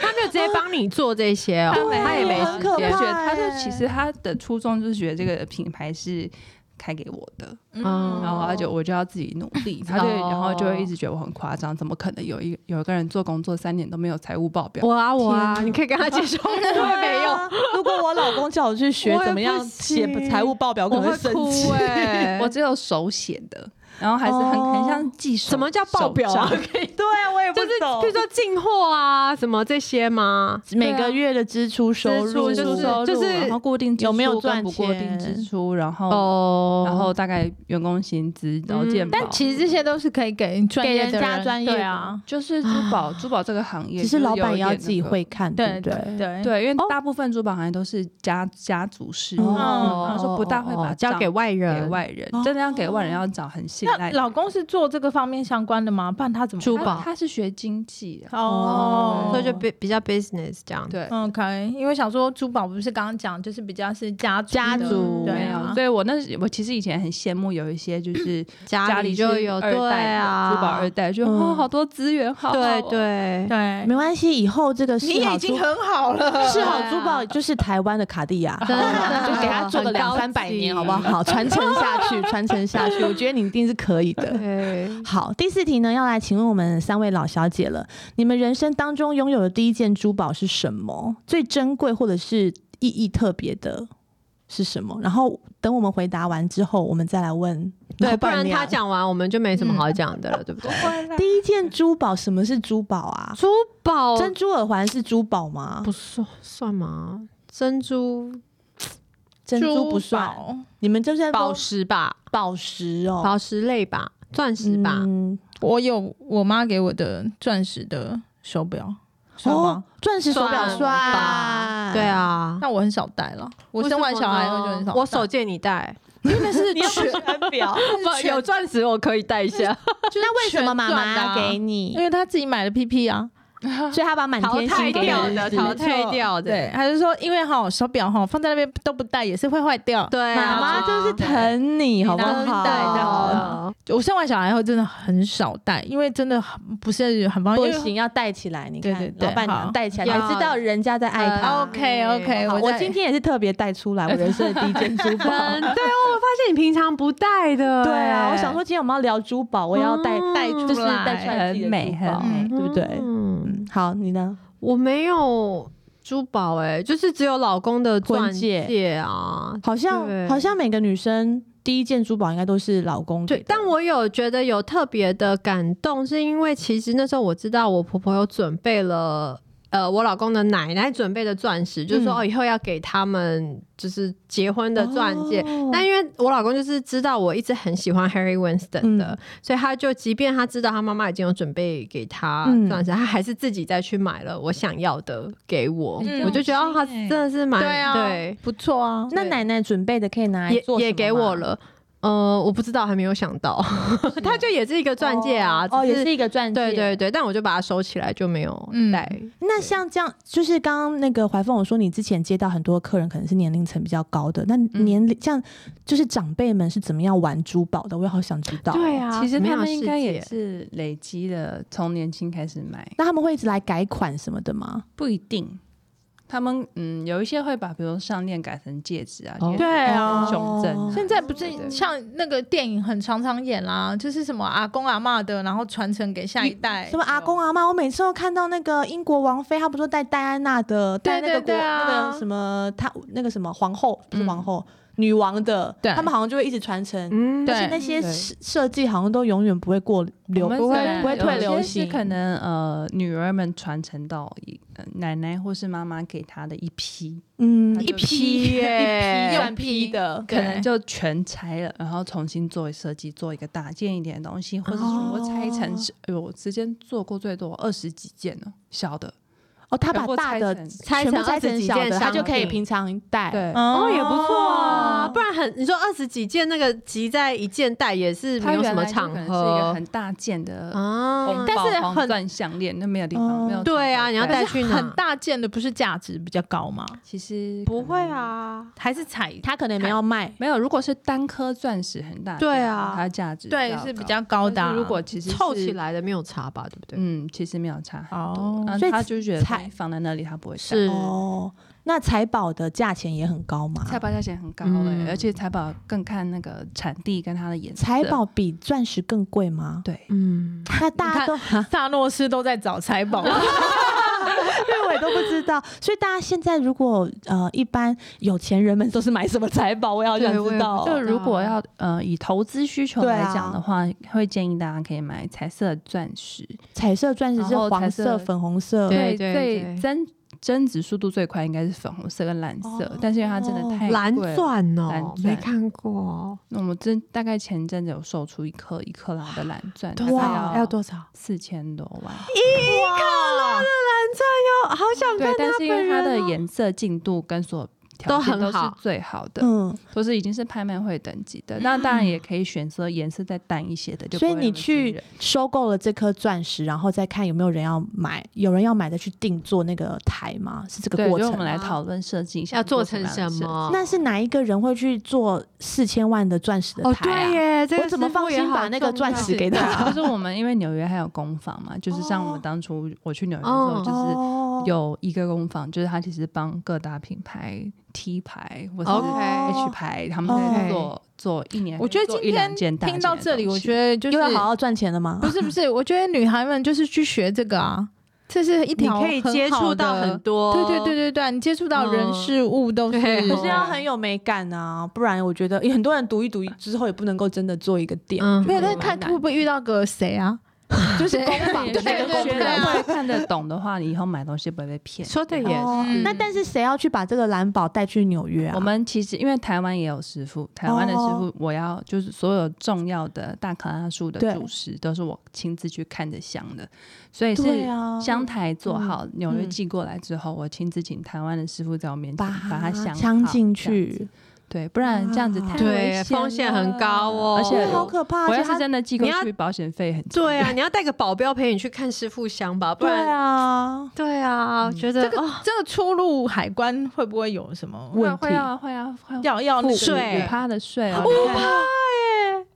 他没有直接帮你做这些哦，
对
他也没
很
时
可
间
怕
觉得他就
欸
其实他的初衷就是觉得这个品牌是开给我的，
嗯
然后他就我就要自己努力，他就然后就会一直觉得我很夸张，怎么可能有一有一个人做工作三年都没有财务报表？
我啊我
天
啊，
啊
你可以跟他介绍， 我
对
也
啊
没有，。
如果我老公叫我去学
我也
怎么样
不
写
行
财务报表，可
我
能
会
生
哭
气。
欸
哎，
我只有手写的，然后还是很、
哦
很像技术。
什么叫报表啊
手账？
对啊，我也不
就是
懂。
比如说进货啊什么这些吗？
每个月的支出收
支出
入
就是
收入就是
然后固定支出
有没有
跟
赚
不固定
钱
支出，然后、
哦
然后大概员工薪资，然后
嗯
健保。
但其实这些都是可以给专
给
业
人
的
家
人
专业
对
的
啊，
就是珠宝，珠宝这个行业，
只是老板也要自己
会。
会看，不
对对对，
对，因为大部分珠宝行业都是家家族式，
哦
然嗯后说不大会把
交给
账
外人，
给外人
哦，
真的要给外人要找很信
那
赖。
老公是做这个方面相关的吗？不然他怎么
珠
他
宝
他是学经济的，
哦，
所以就比比较 business 这样。
对，
OK，因为想说珠宝不是刚刚讲，就是比较是家族
家
的
族
对
没
啊
有。所，以我那时我其实以前很羡慕有一些就是
家
家
里
里
就是有
二代
对
的
啊，
珠宝二代，就
嗯
哦好多资源，好
对
好哦。
对，
对，
没关系，以后这个是好珠
很好了
是好珠宝就是台湾的卡地亚，
真的
就给他做个
很
两
高
三百
级
年好不好？传承下去，传承下去，我觉得你一定是可以 的。
对，
好，第四题呢，要来请问我们三位老小姐了，你们人生当中拥有的第一件珠宝是什么？最珍贵或者是意义特别的是什么？然后等我们回答完之后，我们再来问
对，
老
不然
板娘
他讲完我们就没什么好讲的了，对不对？
第一件珠宝，什么是珠宝啊？
珠宝
珍珠耳环是珠宝吗
哦不？算算吗？珍珠
珍珠不算，
宝
你们就是在
宝石吧，
宝石哦，
宝石类吧，钻石吧，
嗯
我有我妈给我的钻石的手表，算
哦
吗？，
钻石手表
算
算，
对，啊。
那我很少戴了，我生完小孩后就很少戴。
我 手借你戴，
因为那是全，
表。
不
有钻石我可以戴一下。
就是
那为什么妈
全钻的
妈
啊
给？你
因？为她自己买了 PP 啊，
所以他把满
淘
天
汰
星给
掉
你
的，
是
淘
不是
汰掉的，
对，她就说因为哈手表哈放在那边都不戴也是会坏掉。
对啊，哦
妈妈就是疼你，好不
拿去戴就好
好？
了我生完小孩后真的很少戴，因为真的很不是很方
不
便。
行，要戴起来。你
对
看
对，对
老伴娘
好
戴起来，
要呃
才知道人家在爱他。
OK OK，
啊好我
我
今天也是特别带出来我人生的第一件 珠宝。
真的，我发现你平常不戴的，欸
对啊，我想说今天我们要聊珠宝，我也要带
嗯
带出就是带出来自己的
很美
珠宝哎
很美
对不对？
嗯，
嗯，好，你呢？
我没有珠宝哎、就是只有老公的钻
婚戒
戒啊。
好像
对
好像每个女生第一件珠宝应该都是老公给
对
的，
但我有觉得有特别的感动，是因为其实那时候我知道我婆婆有准备了，呃，我老公的奶奶准备的钻石，就是说
嗯
哦，以后要给他们就是结婚的钻戒。
哦
但因为我老公就是知道我一直很喜欢 Harry Winston
嗯
的，所以他就即便他知道他妈妈已经有准备给他
嗯
钻石，他还是自己再去买了我想要的给我。
哎
嗯
我就觉得哦，他真的是蛮
对啊，
对
不错啊。
那奶奶准备的可以拿来
也
做
也
什么
给
吗
我了。 呃，我不知道，还没有想 到，
啊
他就也是一个钻戒啊，
哦，
只
也是一个钻戒，
对对对，但我就把它收起来，就没有
嗯
戴。
那像这样，就是刚刚那个怀凤，我说你之前接到很多客人，可能是年龄层比较高的，那
嗯
年龄、像就是长辈们是怎么样玩珠宝的？我也好想知道。
对，啊，
其实
没
他
有
们应
世
该
界
也是累积了，从年轻开始买，
那他们会一直来改款什么的吗？
不一定。他们嗯，有一些会把，比如说项链改成戒指啊，
哦
戒指
对啊
改成胸针啊。
现在不
对
是
对
像那个电影很常常演啦，就是什么阿公阿嬷的，然后传承给下一代
什。么阿公阿妈？我每次都看到那个英国王妃，她不是戴戴安娜的，戴
对
那个国
对对啊
那个什么，她那个什么皇后不是皇后，女王的，
对
他们好像就会一直传承。
嗯
对
而且那些
对
设设计好像都永远不会过流，
我们
不会
是
不会退
有
流
些是
行。
可能呃，女儿们传承到一、呃奶奶或是妈妈给她的一批，
嗯，
一
批耶
一批
用
用批
批
的，
对
可能就全拆了，然后重新做设计，做一个大件一点的东西，或者全部拆成
哦
是，哎呦，我之前做过最多二十几件呢，小的。
哦，他把
全部
大
拆
的
成
拆
全部
成
拆
二十
成
几
小
件
的，他
商
就可以
品
平常嗯戴。
对
哦，也不错啊，不然很你说二十几件那个集在一件戴也是没
嗯它
有什
原
么
来就
场
可能是一个
合
很大件的
啊
红，
但
宝
是
黄
很
钻项链，那没有地
哦
方，没有
对啊，你要
带
带去哪？
很大件的，不是价值比较高吗？
其实
不
可
会
能，
啊，
还是彩
他可能也没有卖，
没有。如果是单颗钻石很大，
对啊
它价值
对
高
是比较高的啊
但是如果其实是
凑起，来的没有差吧，对不对？
嗯，其实没有差很
哦
多。嗯
所以
他就觉得
彩
它放在那里，他不会戴
是
哦。那财宝的价钱也很高嘛？
财宝价钱很高
嗯
哎，而且财宝更看那个产地跟它的颜色。
财宝比钻石更贵 吗？
对，
嗯，
那大家都
萨诺斯都在找财宝，
对我也都不知道，所以大家现在如果呃，一般有钱人们都是买什么财宝，我也好想
对我
知
也
道
不
哦。
就如果要呃以投资需求
对
来
啊
讲的话，会建议大家可以买彩色钻石，
彩色钻石是
然后
黄
彩
色、
色
粉红色，
对
最
对
最增增值速度最快应该是粉红色跟蓝色，
哦
但是因为它真的太
蓝
贵了，
钻
蓝
哦，
钻
没看过哦，
那我们真大概前阵子有售出一克一克拉的蓝钻，大概
哇
要
啊多少？
四千多万，
啊
哇，
哦，好想
对，但是因为它的
哦
颜色、净度跟所有条
都
件
很
都是
好
最好的，
嗯，
都是已经是拍卖会等级的。那当然也可以选择颜色再淡一些的，就
所以
不会
你
那么惊
去
人
收购了这颗钻石，然后再看有没有人要买，有人要买再去定做那个台吗？是这个
对，
过
就
程
我们来
吗
讨论设计一下
要做
什
成
么样
什
的设计
么？
那是哪一个人会去做四千万的钻石的
哦，
台啊？
对耶，这个
我怎么
师傅
放
也
心
好
把那个
重
钻
要
石给
对
他？
啊就是我们因为纽约还有工坊嘛，就是像我们当初我去纽约的时候，就是
哦
有一个工坊，就是他其实帮各大品牌 T 牌或者
哦
OK
H 牌，他们在
OK
做做一年。
我觉得
做
今
一两
天
件大
听
件
到
的
这里，
东
我
西
觉得就是
又要好好赚钱了吗？
不是不是，我觉得女孩们就是去学这个啊，这是一
你
条
可以接触到
很好的
很。多，
对对对对对，你接触到人
嗯
事物都是，
哦
哦
对
可是要很有美感啊，不然我觉得很多人读一读之后也不能够真的做一个店。
嗯
没有，
我觉
但
得
是看
蛮
会不会遇到个谁啊？就是工坊
对
对
对
对
对，
对啊
会看得懂的话，你以后买东西不会被骗。
说的也
难哦
嗯
那但是谁要去把这个蓝宝带去纽约啊？
我们其实因为台湾也有师傅，台湾的师傅我要就是所有重要的大卡拉树的
对
主食都是我亲自去看着香的，所以
对
是
啊，
香台做好，纽约
嗯
寄过来之后，我亲自请台湾的师傅在我面前
把
把它香
镶
好
进，
这样子
去，
对，不然这样子太
对
危险
风险很
了
高哦
而
对，啊
且
好可怕。
我要
而且
是
它
真的寄过
你要
去，保险费很
对 啊，你要带个保镖陪你去看师傅香吧，不
对
然
啊，
对啊，我觉得
嗯这个
哦
这个出入海关会不会有什么
会
问
啊
题
会？啊会啊会啊，
要要那个
付税
五趴的税啊，
五
趴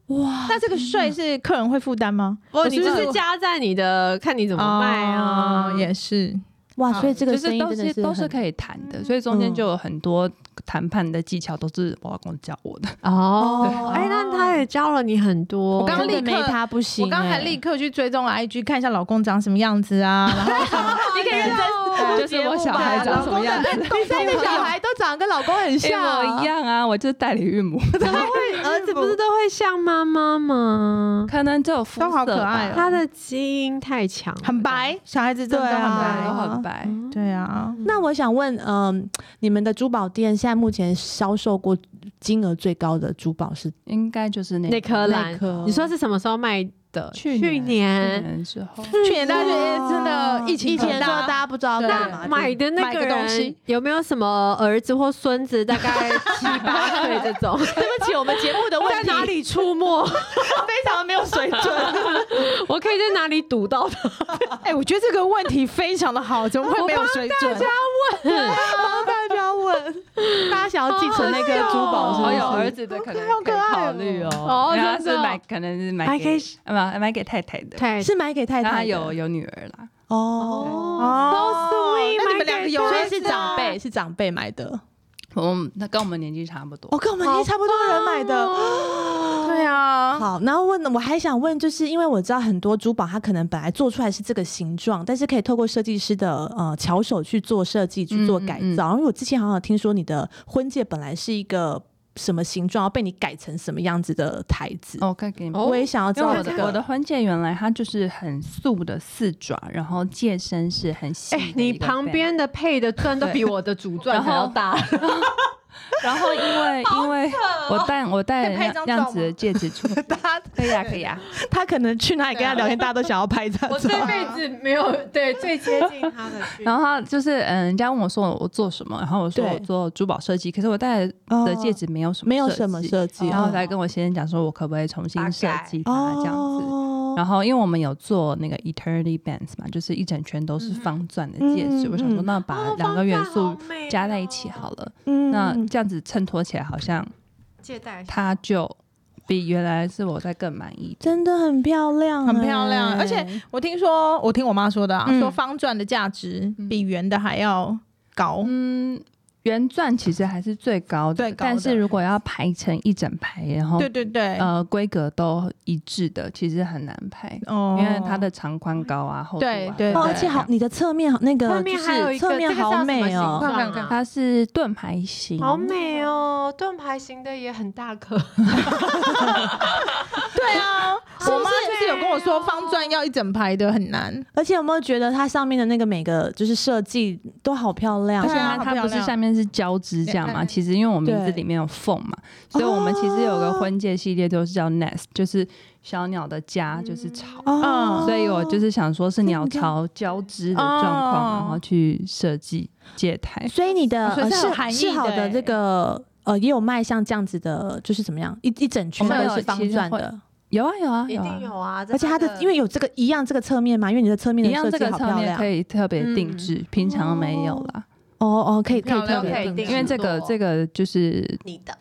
哇，
哦那这个税是客人会负担吗？
哦，
我
你
是不
就是是加在你的，看你怎么卖啊，
哦也是。
哇，
好
所以这个
就是
生意
都
真的
是都是
很
可以谈的，所以中间
嗯
就有很多谈判的技巧都是我老公教我的。
哦，
对
哎，那他也教了你很多，
我刚
真的
立刻
没它不行欸。
我刚还立刻去追踪了 IG 看一下老公长什么样子啊，然后什么
你可以认真
就是我小孩长什么样子，
你三个小孩都长得跟老公很
一模
像，
一样啊！我就是代理 孕母，
儿子不是都会像妈妈吗？
可能只有肤色
都好可爱
吧
哦
他的基因太强，
很。白，小孩子真的都
对
很
啊
对，都
白。
很白。嗯
对啊，
那我想问，嗯、你们的珠宝店现在目前销售过金额最高的珠宝是
应该就是那
那颗兰
那颗，
你说是什么时候卖的？
去
去
年去
年。
年之后，
去年大家觉得真的疫情
以前
很
说
大
大家不知道
对
干嘛，
买的那
买
个
个东
人
西
有没有什么儿子或孙子，大概七八岁这种？
对不起，我们节目的
在哪里出没？
非常没有水 准。
我可以在哪里堵到他？
哎，我觉得这个问题非常的好，怎么会没有水准？
帮大家问，大家想要继承那颗珠宝是不
我
是？
哦有儿子的可能可以考虑哦。
哦
然后
真
是
的哦
买，可能是买
买
给
给
啊买买给太太的，
太
是买给太
然
太
后他
的
有有女儿啦。
哦，
so sweet，
那你
买
们两
给
个有
他
所
儿
以是
子啊
长辈，是长辈买的。
我们那跟我们年纪差不多
我、，哦跟我们年纪差不多人买的。
哦
对啊，
好，然后问，我还想问，就是因为我知道很多珠宝，它可能本来做出来是这个形状，但是可以透过设计师的呃巧手去做设计、去做改
嗯嗯
造。然后我之前好像有听说你的婚戒本来是一个什么形状，被你改成什么样子的台子。
哦，我可以给你们
我也想要知
因为
道
我
这
的
个。
我的婚戒原来它就是很素的四爪，然后戒身是很细、
哎，你旁，边的配的钻都比我的主钻
然后
还要大，
然后因为因为我戴我戴
可以拍一
那
张
样
照
子的
吗
戒指出去， 可以啊可以啊，
他可能去哪里跟他聊天，大家都想要拍他照。
辈子没有对最接近他的。
然后他就是嗯，人家问我说我做什么，然后我说
对哦
我做珠宝设计，可是我戴的戒指没有什
啊
么
没有什么
设计，
设计，
然后
嗯
才跟我先生讲说我可不可以重新设计它这样子。
哦
然后，因为我们有做那个 Eternity Bands 嘛，就是一整圈都是方钻的戒指，
嗯
我想说，
嗯
那
哦
把啊两个元素加在一起好了。
嗯
那这样子衬托起来，好像
借贷
它就比原来是我在更满意的。
真的很漂亮、
很漂亮
哎
而且我听说，我听我妈说的啊，
嗯
说方钻的价值比圆的还要高。
嗯，原钻其实还是最高的，
哦最高的
但是如果要排成一整排，然后
对对对，
呃规格都一致的，其实很难排，
哦
因为它的长宽高啊、厚度啊
对
都
对
不
哦，
一
而且
样
好，你的侧面好那个
侧面
就
还有
是
一
侧
个
面
这个
好
叫什么
美
形
哦，
状啊
它是盾牌型，
好美哦，盾牌型的也很大颗，
对啊，我妈就是有跟我说，方钻要一整排的很难。
而且有没有觉得它上面的那个每个就是设计都好漂亮？
而
对
且
啊
它
好
它
漂
不是
亮
下面是交织这样嘛？
对
其实因为我名字
对
里面有凤嘛，所以我们其实有个婚戒系列都是叫 nest，就是小鸟的家，就是
嗯
巢。
哦，
嗯所以我就是想说是鸟巢交织的状况，
哦
然后去设计戒台。
所以你的
哦所
呃
以是有
是
含义
是好
的
的
哎
这个呃也有卖像这样子的，就是怎么样一一整圈
我们
都
有
是方
其实
钻
会
的，
有啊有啊
一
有啊
定，有啊，
而且它的因为有这个一样这个侧面嘛，因为你的侧面
一
的
样
设
这
计
个
好
侧
漂
面
亮
可，以特别定
嗯
制，平常没有啦。
哦哦可以可以
漂
特
亮
别
可以
定
定
制，
因为这个
做
这个就是
你的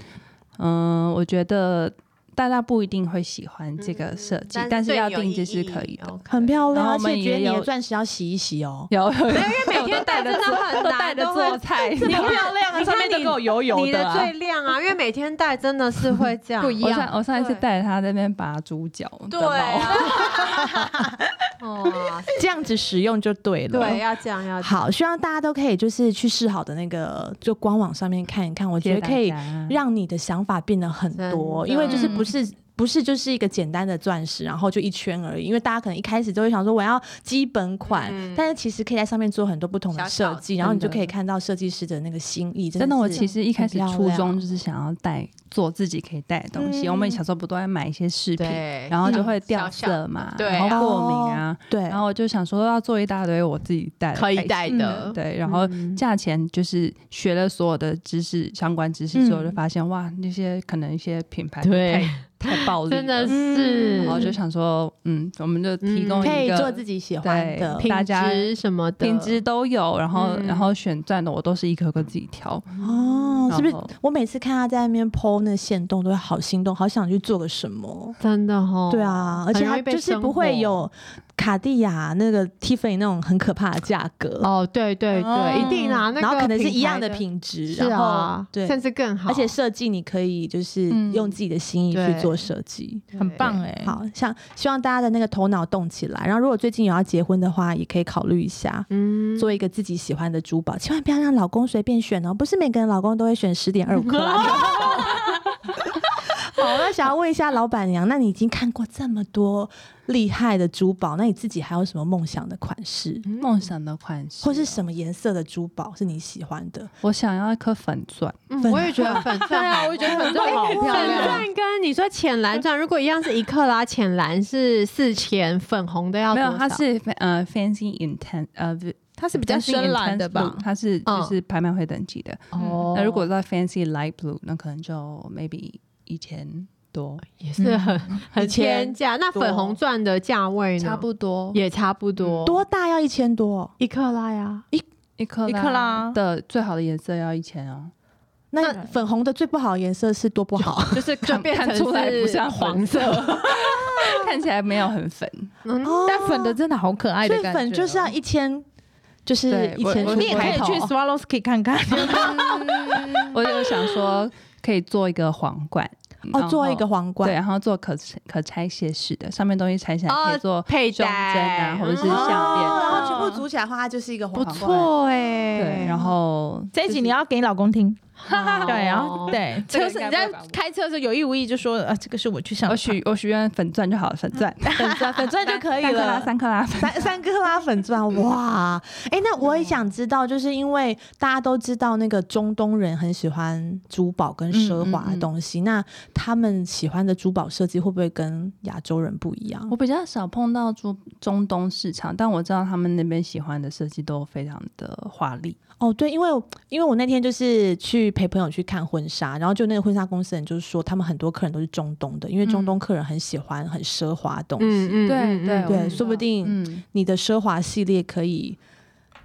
嗯，我觉得大家不一定会喜欢这个设计，
嗯
但是
对
要
有
定制
意
是
义
可以的。
OK
很漂
然
亮，
后
而
我们
且觉得
也
你的
有
钻石要洗一洗哦。
有有有，
每天戴的真的很
都
难
带着
都会
做 菜，你
么
漂亮啊
你看
上面都
你
给我油油
你的
啊
最亮啊，因为每天戴真的是会 这样，
不一
我
样
上我上一次
对
带着他在那边拔猪脚的
对
毛，
啊， 哦，
这样子使用就对了。
对，要这样要这样
好，希望大家都可以就是去试好的那个就官网上面看一看，我觉
谢谢
得可以
大家
让你的想法变得很多，
真的
因为就是
嗯
不是。不是就是一个简单的钻石，然后就一圈而已。因为大家可能一开始就会想说我要基本款，
嗯
但是其实可以在上面做很多不同的设计，
小小的
然后你就可以看到设计师的那个心意。
真的，我
是
其实一开始
很漂
初
亮
衷就是想要带做自己可以带的东西。
嗯
我们小时候不都会买一些饰品，
对
然后就
嗯
会
小
掉
小
色嘛，
对
然后过敏
哦
啊，
对，
然后我就想说要做一大堆我自己带的
可以
配饰
戴的，
对，然后
嗯
价钱就是学了所有的知识相关知识之
嗯
后，就发现哇，那些可能一些品牌
对
太太暴力了，
真的
嗯
是，
然后就想说，嗯，我们就提
嗯
供
可
一
以
个
做自己喜欢
对
的。
品大家
质什么的
品质都有，然后、
嗯
然后选钻的我都是一颗颗自己挑，
哦，是不是
然后？
我每次看他在那边剖那线动，都会好心动，好想去做个什么。
真的哦，
对，啊，而且
很容
它
易被
就是
生
不会
活
有卡地亚那个 Tiffany 那种很可怕的价格，
哦，对对
哦
对，一定啊，那
然后
个
可能是
品牌
一样的，品质，
是
然后
啊，
对，
甚至更好，
而且设计你可以就是
嗯
用自己的心意去
对
做设计。
对
很棒。哎、
好像希望大家的那个头脑动起来，然后如果最近有要结婚的话，也可以考虑一下。
嗯，
做一个自己喜欢的珠宝，千万不要让老公随便选哦，不是每个人老公都会选十点 二五克拉。 好，那想要问一下老板娘，那你已经看过这么多厉害的珠宝，那你自己还有什么梦想的款式，
啊
嗯
梦想的款式
或是
哦
什么颜色的珠宝是你喜欢的？
我想要一颗粉钻，
嗯
粉
我也觉得粉
对
钻
啊，
好
我觉得粉钻
好
很漂
漂
粉
亮
亮。
钻跟你说浅蓝钻，如果一样是一克拉，浅蓝是四千，粉红的要
没
哦多少？
有，它是呃 fancy intent 呃
它是比较
fancy
深蓝的
intense
吧
blue，它是就
嗯
是拍卖会等级的。
哦，
那如果到 fancy light blue，那可能就 maybe 一千多，
也是很很
一千
天价，那
多
粉红钻的价位呢？
差不多
也差不
哦
多，
多大要一千多？
一克拉呀。
一克
一克拉
的最好的颜色要一千哦。
那粉红的最不好的颜色是多不好？
就是
就
看
变成
看出来不
是
像
黄
粉，
色，
看起来没有很粉。
嗯
哦
但粉的真的好可爱
所
的
以
感觉哦，哦
粉就是要一千，就是
对
一
我
千出头。
我
你也可以去 Swarovski 看看，
我就想说，可以做一个皇冠，然
哦，
后
做一个皇冠
对，。然后做可可拆卸式的，上面东西拆下来可以做
佩
胸针啊，
戴
或者是
嗯
项
哦然
链。
后全部组起来的话，它就是一个皇
不
冠。
错
欸
哎。
对，然后
这一集你要给你老 公听，
好
对，然后对，
哦这
车
个
是
应
你
该
在
不会吧
开车的时候有意无意就说，啊，这个是我去上
我
的
许我许愿粉钻就好了， 粉钻
粉钻，粉钻就可以
三克拉
了。
三克拉，
三三克拉粉钻，哇！哎、那我也想知道，就是因为大家都知道那个中东人很喜欢珠宝跟奢华的东西，那他们喜欢的珠宝设计会不会跟亚洲人不一样
我？比较少碰到中中东市场，但我知道他们那边喜欢的设计都非常的华丽。
哦，对，因为因为我那天就是去陪朋友去看婚纱，然后就那个婚纱公司人就是说，他们很多客人都是中东的，因为中东客人很喜欢很奢华的东西，
嗯嗯，
对对
对，
嗯
说不定
嗯，
你的奢华系列可以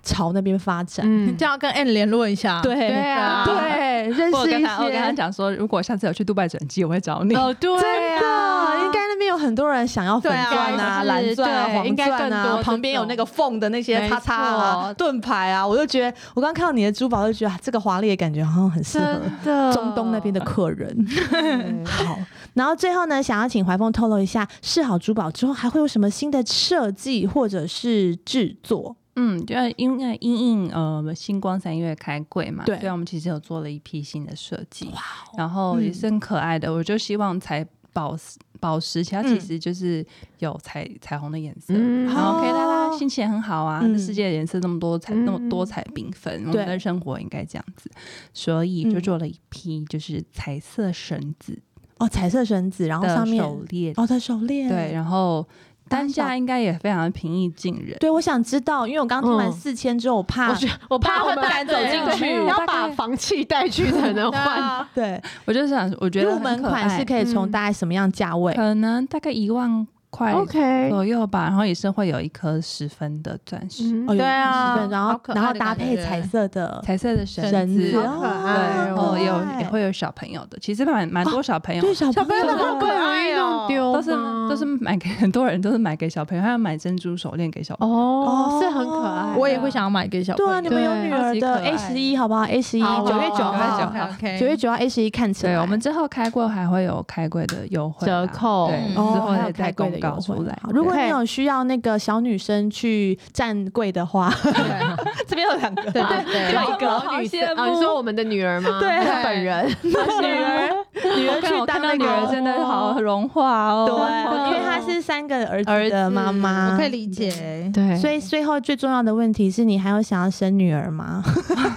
朝那边发展。
你
嗯
就要跟 N 联络一下，
对
对啊，
对，认
我
识
跟
一
他我跟他
些。
讲说，如果下次有去杜拜转机，我会找你。
哦对
啊，
啊，
应该那边有很多人想要粉
对啊
钻啊、
是
蓝钻啊、
对
黄
应该
钻
更
啊，
多
旁边有那个缝的那些
没
叉叉啊、
错
盾牌啊，我就觉得，我刚看到你的珠宝，就觉得、啊、这个华丽的感觉好像很适合
真的嗯
中东那边的客人。 好，然后最后呢，想要请怀凤透露一下，试好珠宝之后还会有什么新的设计或者是制作？
嗯，就是因为因应呃星光三月开柜嘛，
对哦
所以我们其实有做了一批新的设计，然后
嗯
也是很可爱的。我就希望彩宝石宝石，其它
嗯
其实就是有彩彩虹的颜色。
嗯
然后可以让大
哦
家心情很好啊！
嗯
这世界的颜色这么多彩，那么多彩缤纷，我
对嗯
们的生活应该这样子，所以就做了一批就是彩色绳子
哦，彩色绳子，然后
的
上面
手链，
哦的手链，
对，然后单
小
价应该也非常平易近人，
对，我想知道，因为我刚听完
嗯
四千之后，我怕、
我觉得我怕
怕
我
会
们
不敢走
进去
要
大概
把房契带去才
啊
能 换。
对
我就想，我觉得
入
很
门
可
款
爱
是可以从
嗯
大概什么样价位？
可能大概一万块
OK，
左右吧，然后也是会有一颗十分的钻石，
嗯
哦有
对
10
啊
分然
好
后
可
然
爱
后
的
搭
感
配
觉
彩色的
彩色的绳
绳子，
对，
哦
好可爱
好
哦，
可
也有
爱哦
也会有小朋友的，其实蛮蛮多小朋友
对小
小
朋
朋
友
友
的
的好可爱哦，
丢
都是
吗
都是买给很多人都是买给小朋友，还要买珍珠手链给小朋友。
哦，
哦是很可爱的，
我也会想要买给小朋
对
友。
啊，你们有女
超
儿
级
的
可
A
爱
十一好不好？A 十一
好
九月九
好啊
号
好，
，OK，
九月九号 A 十一看起来，
对，我们之后开柜还会有开柜的优惠啦
折扣
对，嗯之
哦
后
还有
再再
开柜
公
的
告
优惠
出来
好。如果
对
你有需要那个小女生去站柜的话，这边有两个，
对对对，
有一个
啊好
女
羡
生哦
慕。哦你说我们的女儿吗？
对
她本人
女儿，女儿
我看
去
我
当
看到
那
女儿
个
真的好融化哦，
对，因为她是三个儿子的妈妈，
哦我可以理。解。
对
所以最后最重要的问题是你还有想要生女儿吗？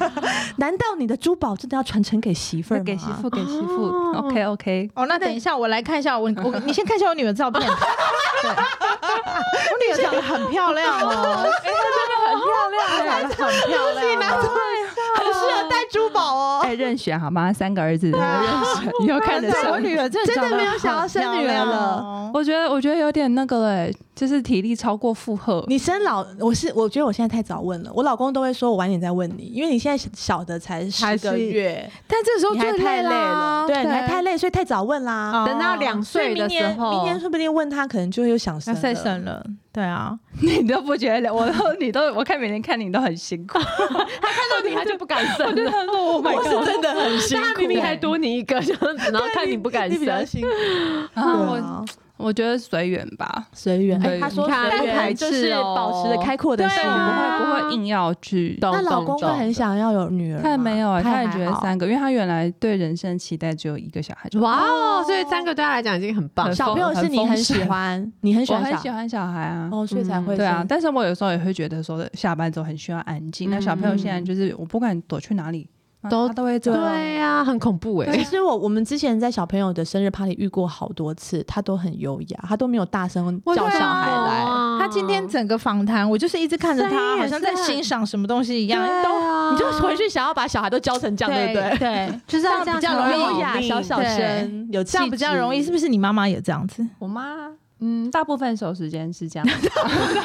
难道你的珠宝真的要传承给媳妇儿
那
吗？
给媳妇给媳妇
哦
，OK OK，
哦，那等一下我来看一下我我 你先看一下我女儿照片。对，我女儿长得很漂亮哦，真的很漂亮，长得很漂亮。
拿出来，很适合戴珠宝哦。
哎，任选好吗？三个儿子任 选，以后看得
对，我
上。
女儿真的
真的
长得
没有想要
很
生
漂
女儿
亮
了
哦。
我觉得我觉得有点那个嘞，就是体力超过负 荷。
你生老，我是我觉得我现在太早问了，我老公都会说我晚点再问你，因为你现在小的才十
还
个
是
月，
但这时候
你还
最
太累
啦
了，对，你还太累，所以太早问啦。
哦
等到两
所以
岁
明
的时
年，
候，
明年说不定问他，可能就又想生
要
了。
再生了，对啊，
你都不觉得，我都你都我看每天看你都很辛苦。
他看到你他就不敢生 了，
Oh my
我是真的很辛
但
苦，
他明明还多你一个 这样子，然后看你不敢
你比较
生。
辛苦。对
我
啊
我觉得随缘吧，
随缘，哎，
对
他说
你看
随
不排
缘就
斥
是
哦
保持着开阔的心
但我
啊。
不会不会硬要去。
懂
那老公会很想要有女儿吗？
他也没有欸，他
还
也觉得
好
三个，因为他原来对人生期待只有一个小孩。就
哇哦，所以三个对他来讲已经很棒
很。
小朋友是你很喜欢，你很喜
我
欢
很喜
小
欢小孩啊。
哦，所以才会
对啊
生，
但是我有时候也会觉得说，下班之后很需要安静。那小朋友现在就是，我不管躲去哪里，那
都
他都会走。
对啊呀，很恐怖哎
其。实我我们之前在小朋友的生日 party 遇过好多次，他都很优雅，他都没有大声
我
叫
啊
觉得
小孩来。
哇
他今天整个访谈，我就是一直看着
哦声
他，
音也
好像在
是
欣赏什么东西一样。
啊
你就回去想要把小孩都教成这样，对不
对
对？
对，就是这
要
样比
这样
较
才
容
优
易，
雅、啊
对
小小声，有气
这样比较
质
容易，是不是？你妈妈也这样子？
我妈，嗯，大部分时候时间是这样，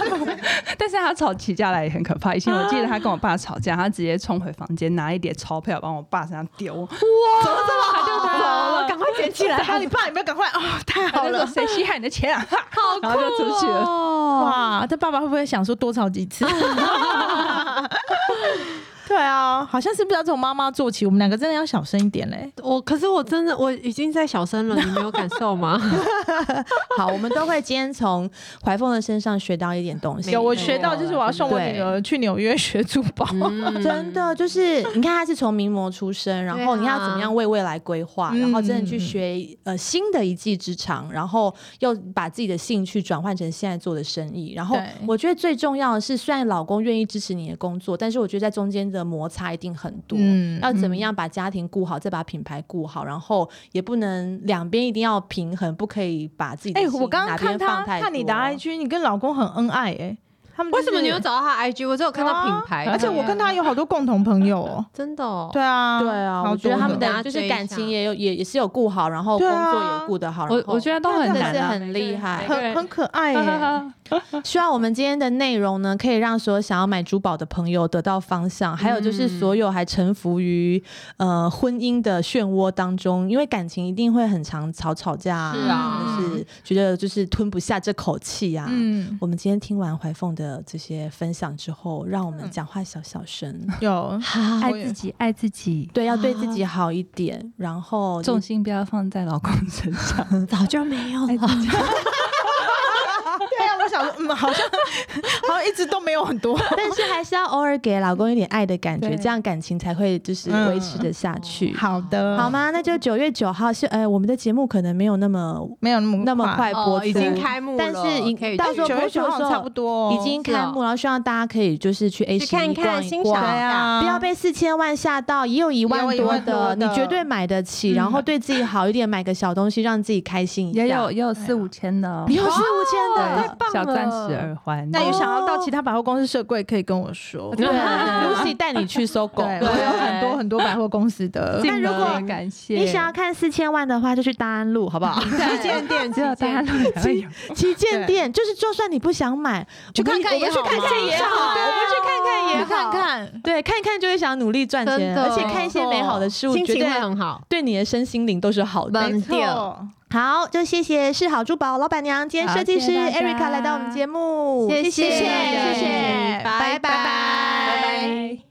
但是她吵起架来也很可怕。以前我记得她跟我爸吵架，她直接冲回房间拿一叠钞票往我爸身上丢，哇，怎么这么好就走了，赶快捡起来，
啊，你爸有没有赶快啊？太
好了，谁稀罕你的钱 啊？哈
好
然后就出去了。
哦
了。
哇！这爸爸会不会想说多吵 几次？对啊，好像是不是要从妈妈做起？我们两个真的要小声一点嘞。
我可是我真的我已经在小声了，你没有感受吗？
好，我们都会今天从怀凤的身上学到一点东西。
有
我
我
学
学
到
到
就
就是是
我
我
要
要
送
送我
我女
女
儿去纽约学珠宝。
嗯真的就是，你看他是从名模出身，然后
对啊
你要怎么样为未来规划，
嗯
然后真的去学呃新的一技之长，然后又把自己的兴趣转换成现在做的生意。然后
对
我觉得最重要的是，虽然老公愿意支持你的工作，但是我觉得在中间的摩擦一定很多。
嗯
要怎么样把家庭顾好，再把品牌顾好，然后也不能两边一定要平衡，不可以把自己的
哎、
心
我刚刚
哪边
看
放
他
太
看你的
多啊
IG，你跟老公很恩爱哎、他们、
为什么你有？找到他 IG？我只有看到品牌，
而且我跟他有好多共同朋友哦、
真的哦
对啊，
对啊，
好
我觉得
多
他
的
们
大
的
家
就是
追一
感
下
情也有也也是有顾好，然后
对
工
啊
作也顾得好。
我我觉
得
得都很
真的
真
难
是
啊，
很厉害
每。个人
很可爱、 耶。
希望我们今天的内容呢，可以让所有想要买珠宝的朋友得到方向，还有就是所有还臣服于呃婚姻的漩涡当中，因为感情一定会很常吵吵架、啊，
是啊
就是觉得就是吞不下这口气啊。
嗯，
我们今天听完怀凤的这些分享之后，让我们讲话小小声，
有
哎爱
我也
自己，爱自己，
对，要对自己好一点，然后
重心不要放在老公身 上。
早就没有了。
对啊，我想说，嗯，好像好像一直都没有很多。
但是还是要偶尔给老公一点爱的感觉，
对
这样感情才会就是维持的下去。
好的，
好吗？那就九月九号是，呃，我们的节目可能没有那么
没有那么
那么快播出，
哦已经开幕了，
但是已
可以
到
去
时候
九月九号差不多哦、
已经开幕，然后希望大家可以就是去 A
去
十
看
一
看
逛一
欣
逛
赏。
对啊，
不要被四千万吓到，也有一万
也有一
多
万
的，
多
你
的
绝对买得起。然后对自己 好一点，买个小东西让自己开心一下。
也有也有四五千的哦，
也有四五千
对
的，
小到钻石耳环。
那有想要到其他百货公司设柜，可以跟我说。
对
Lucy 带你去搜狗，对我有很多很多百货公司的
但如果
感谢
你想要看四千万的话，就去大安路，好不好？
旗舰店，
只有大家都才会有，
旗舰店就是，就算你不想买，
去
我们
看看
我们
也
去
好
看
嘛
看也好，我
啊
们去看看也
去
好，
看看。
对，看一看就会想努力赚
真
钱，
的
而且看一些美好的事物，
心
绝
情
对
会很好。
对你的身心灵都是好的。
没
没
错
错，
好，就谢谢世好珠宝老板娘，今天
好
设计师
谢谢大家
Erica 来到我们节目，
谢
谢谢
谢谢谢
拜拜
拜
拜
拜拜
拜。
拜。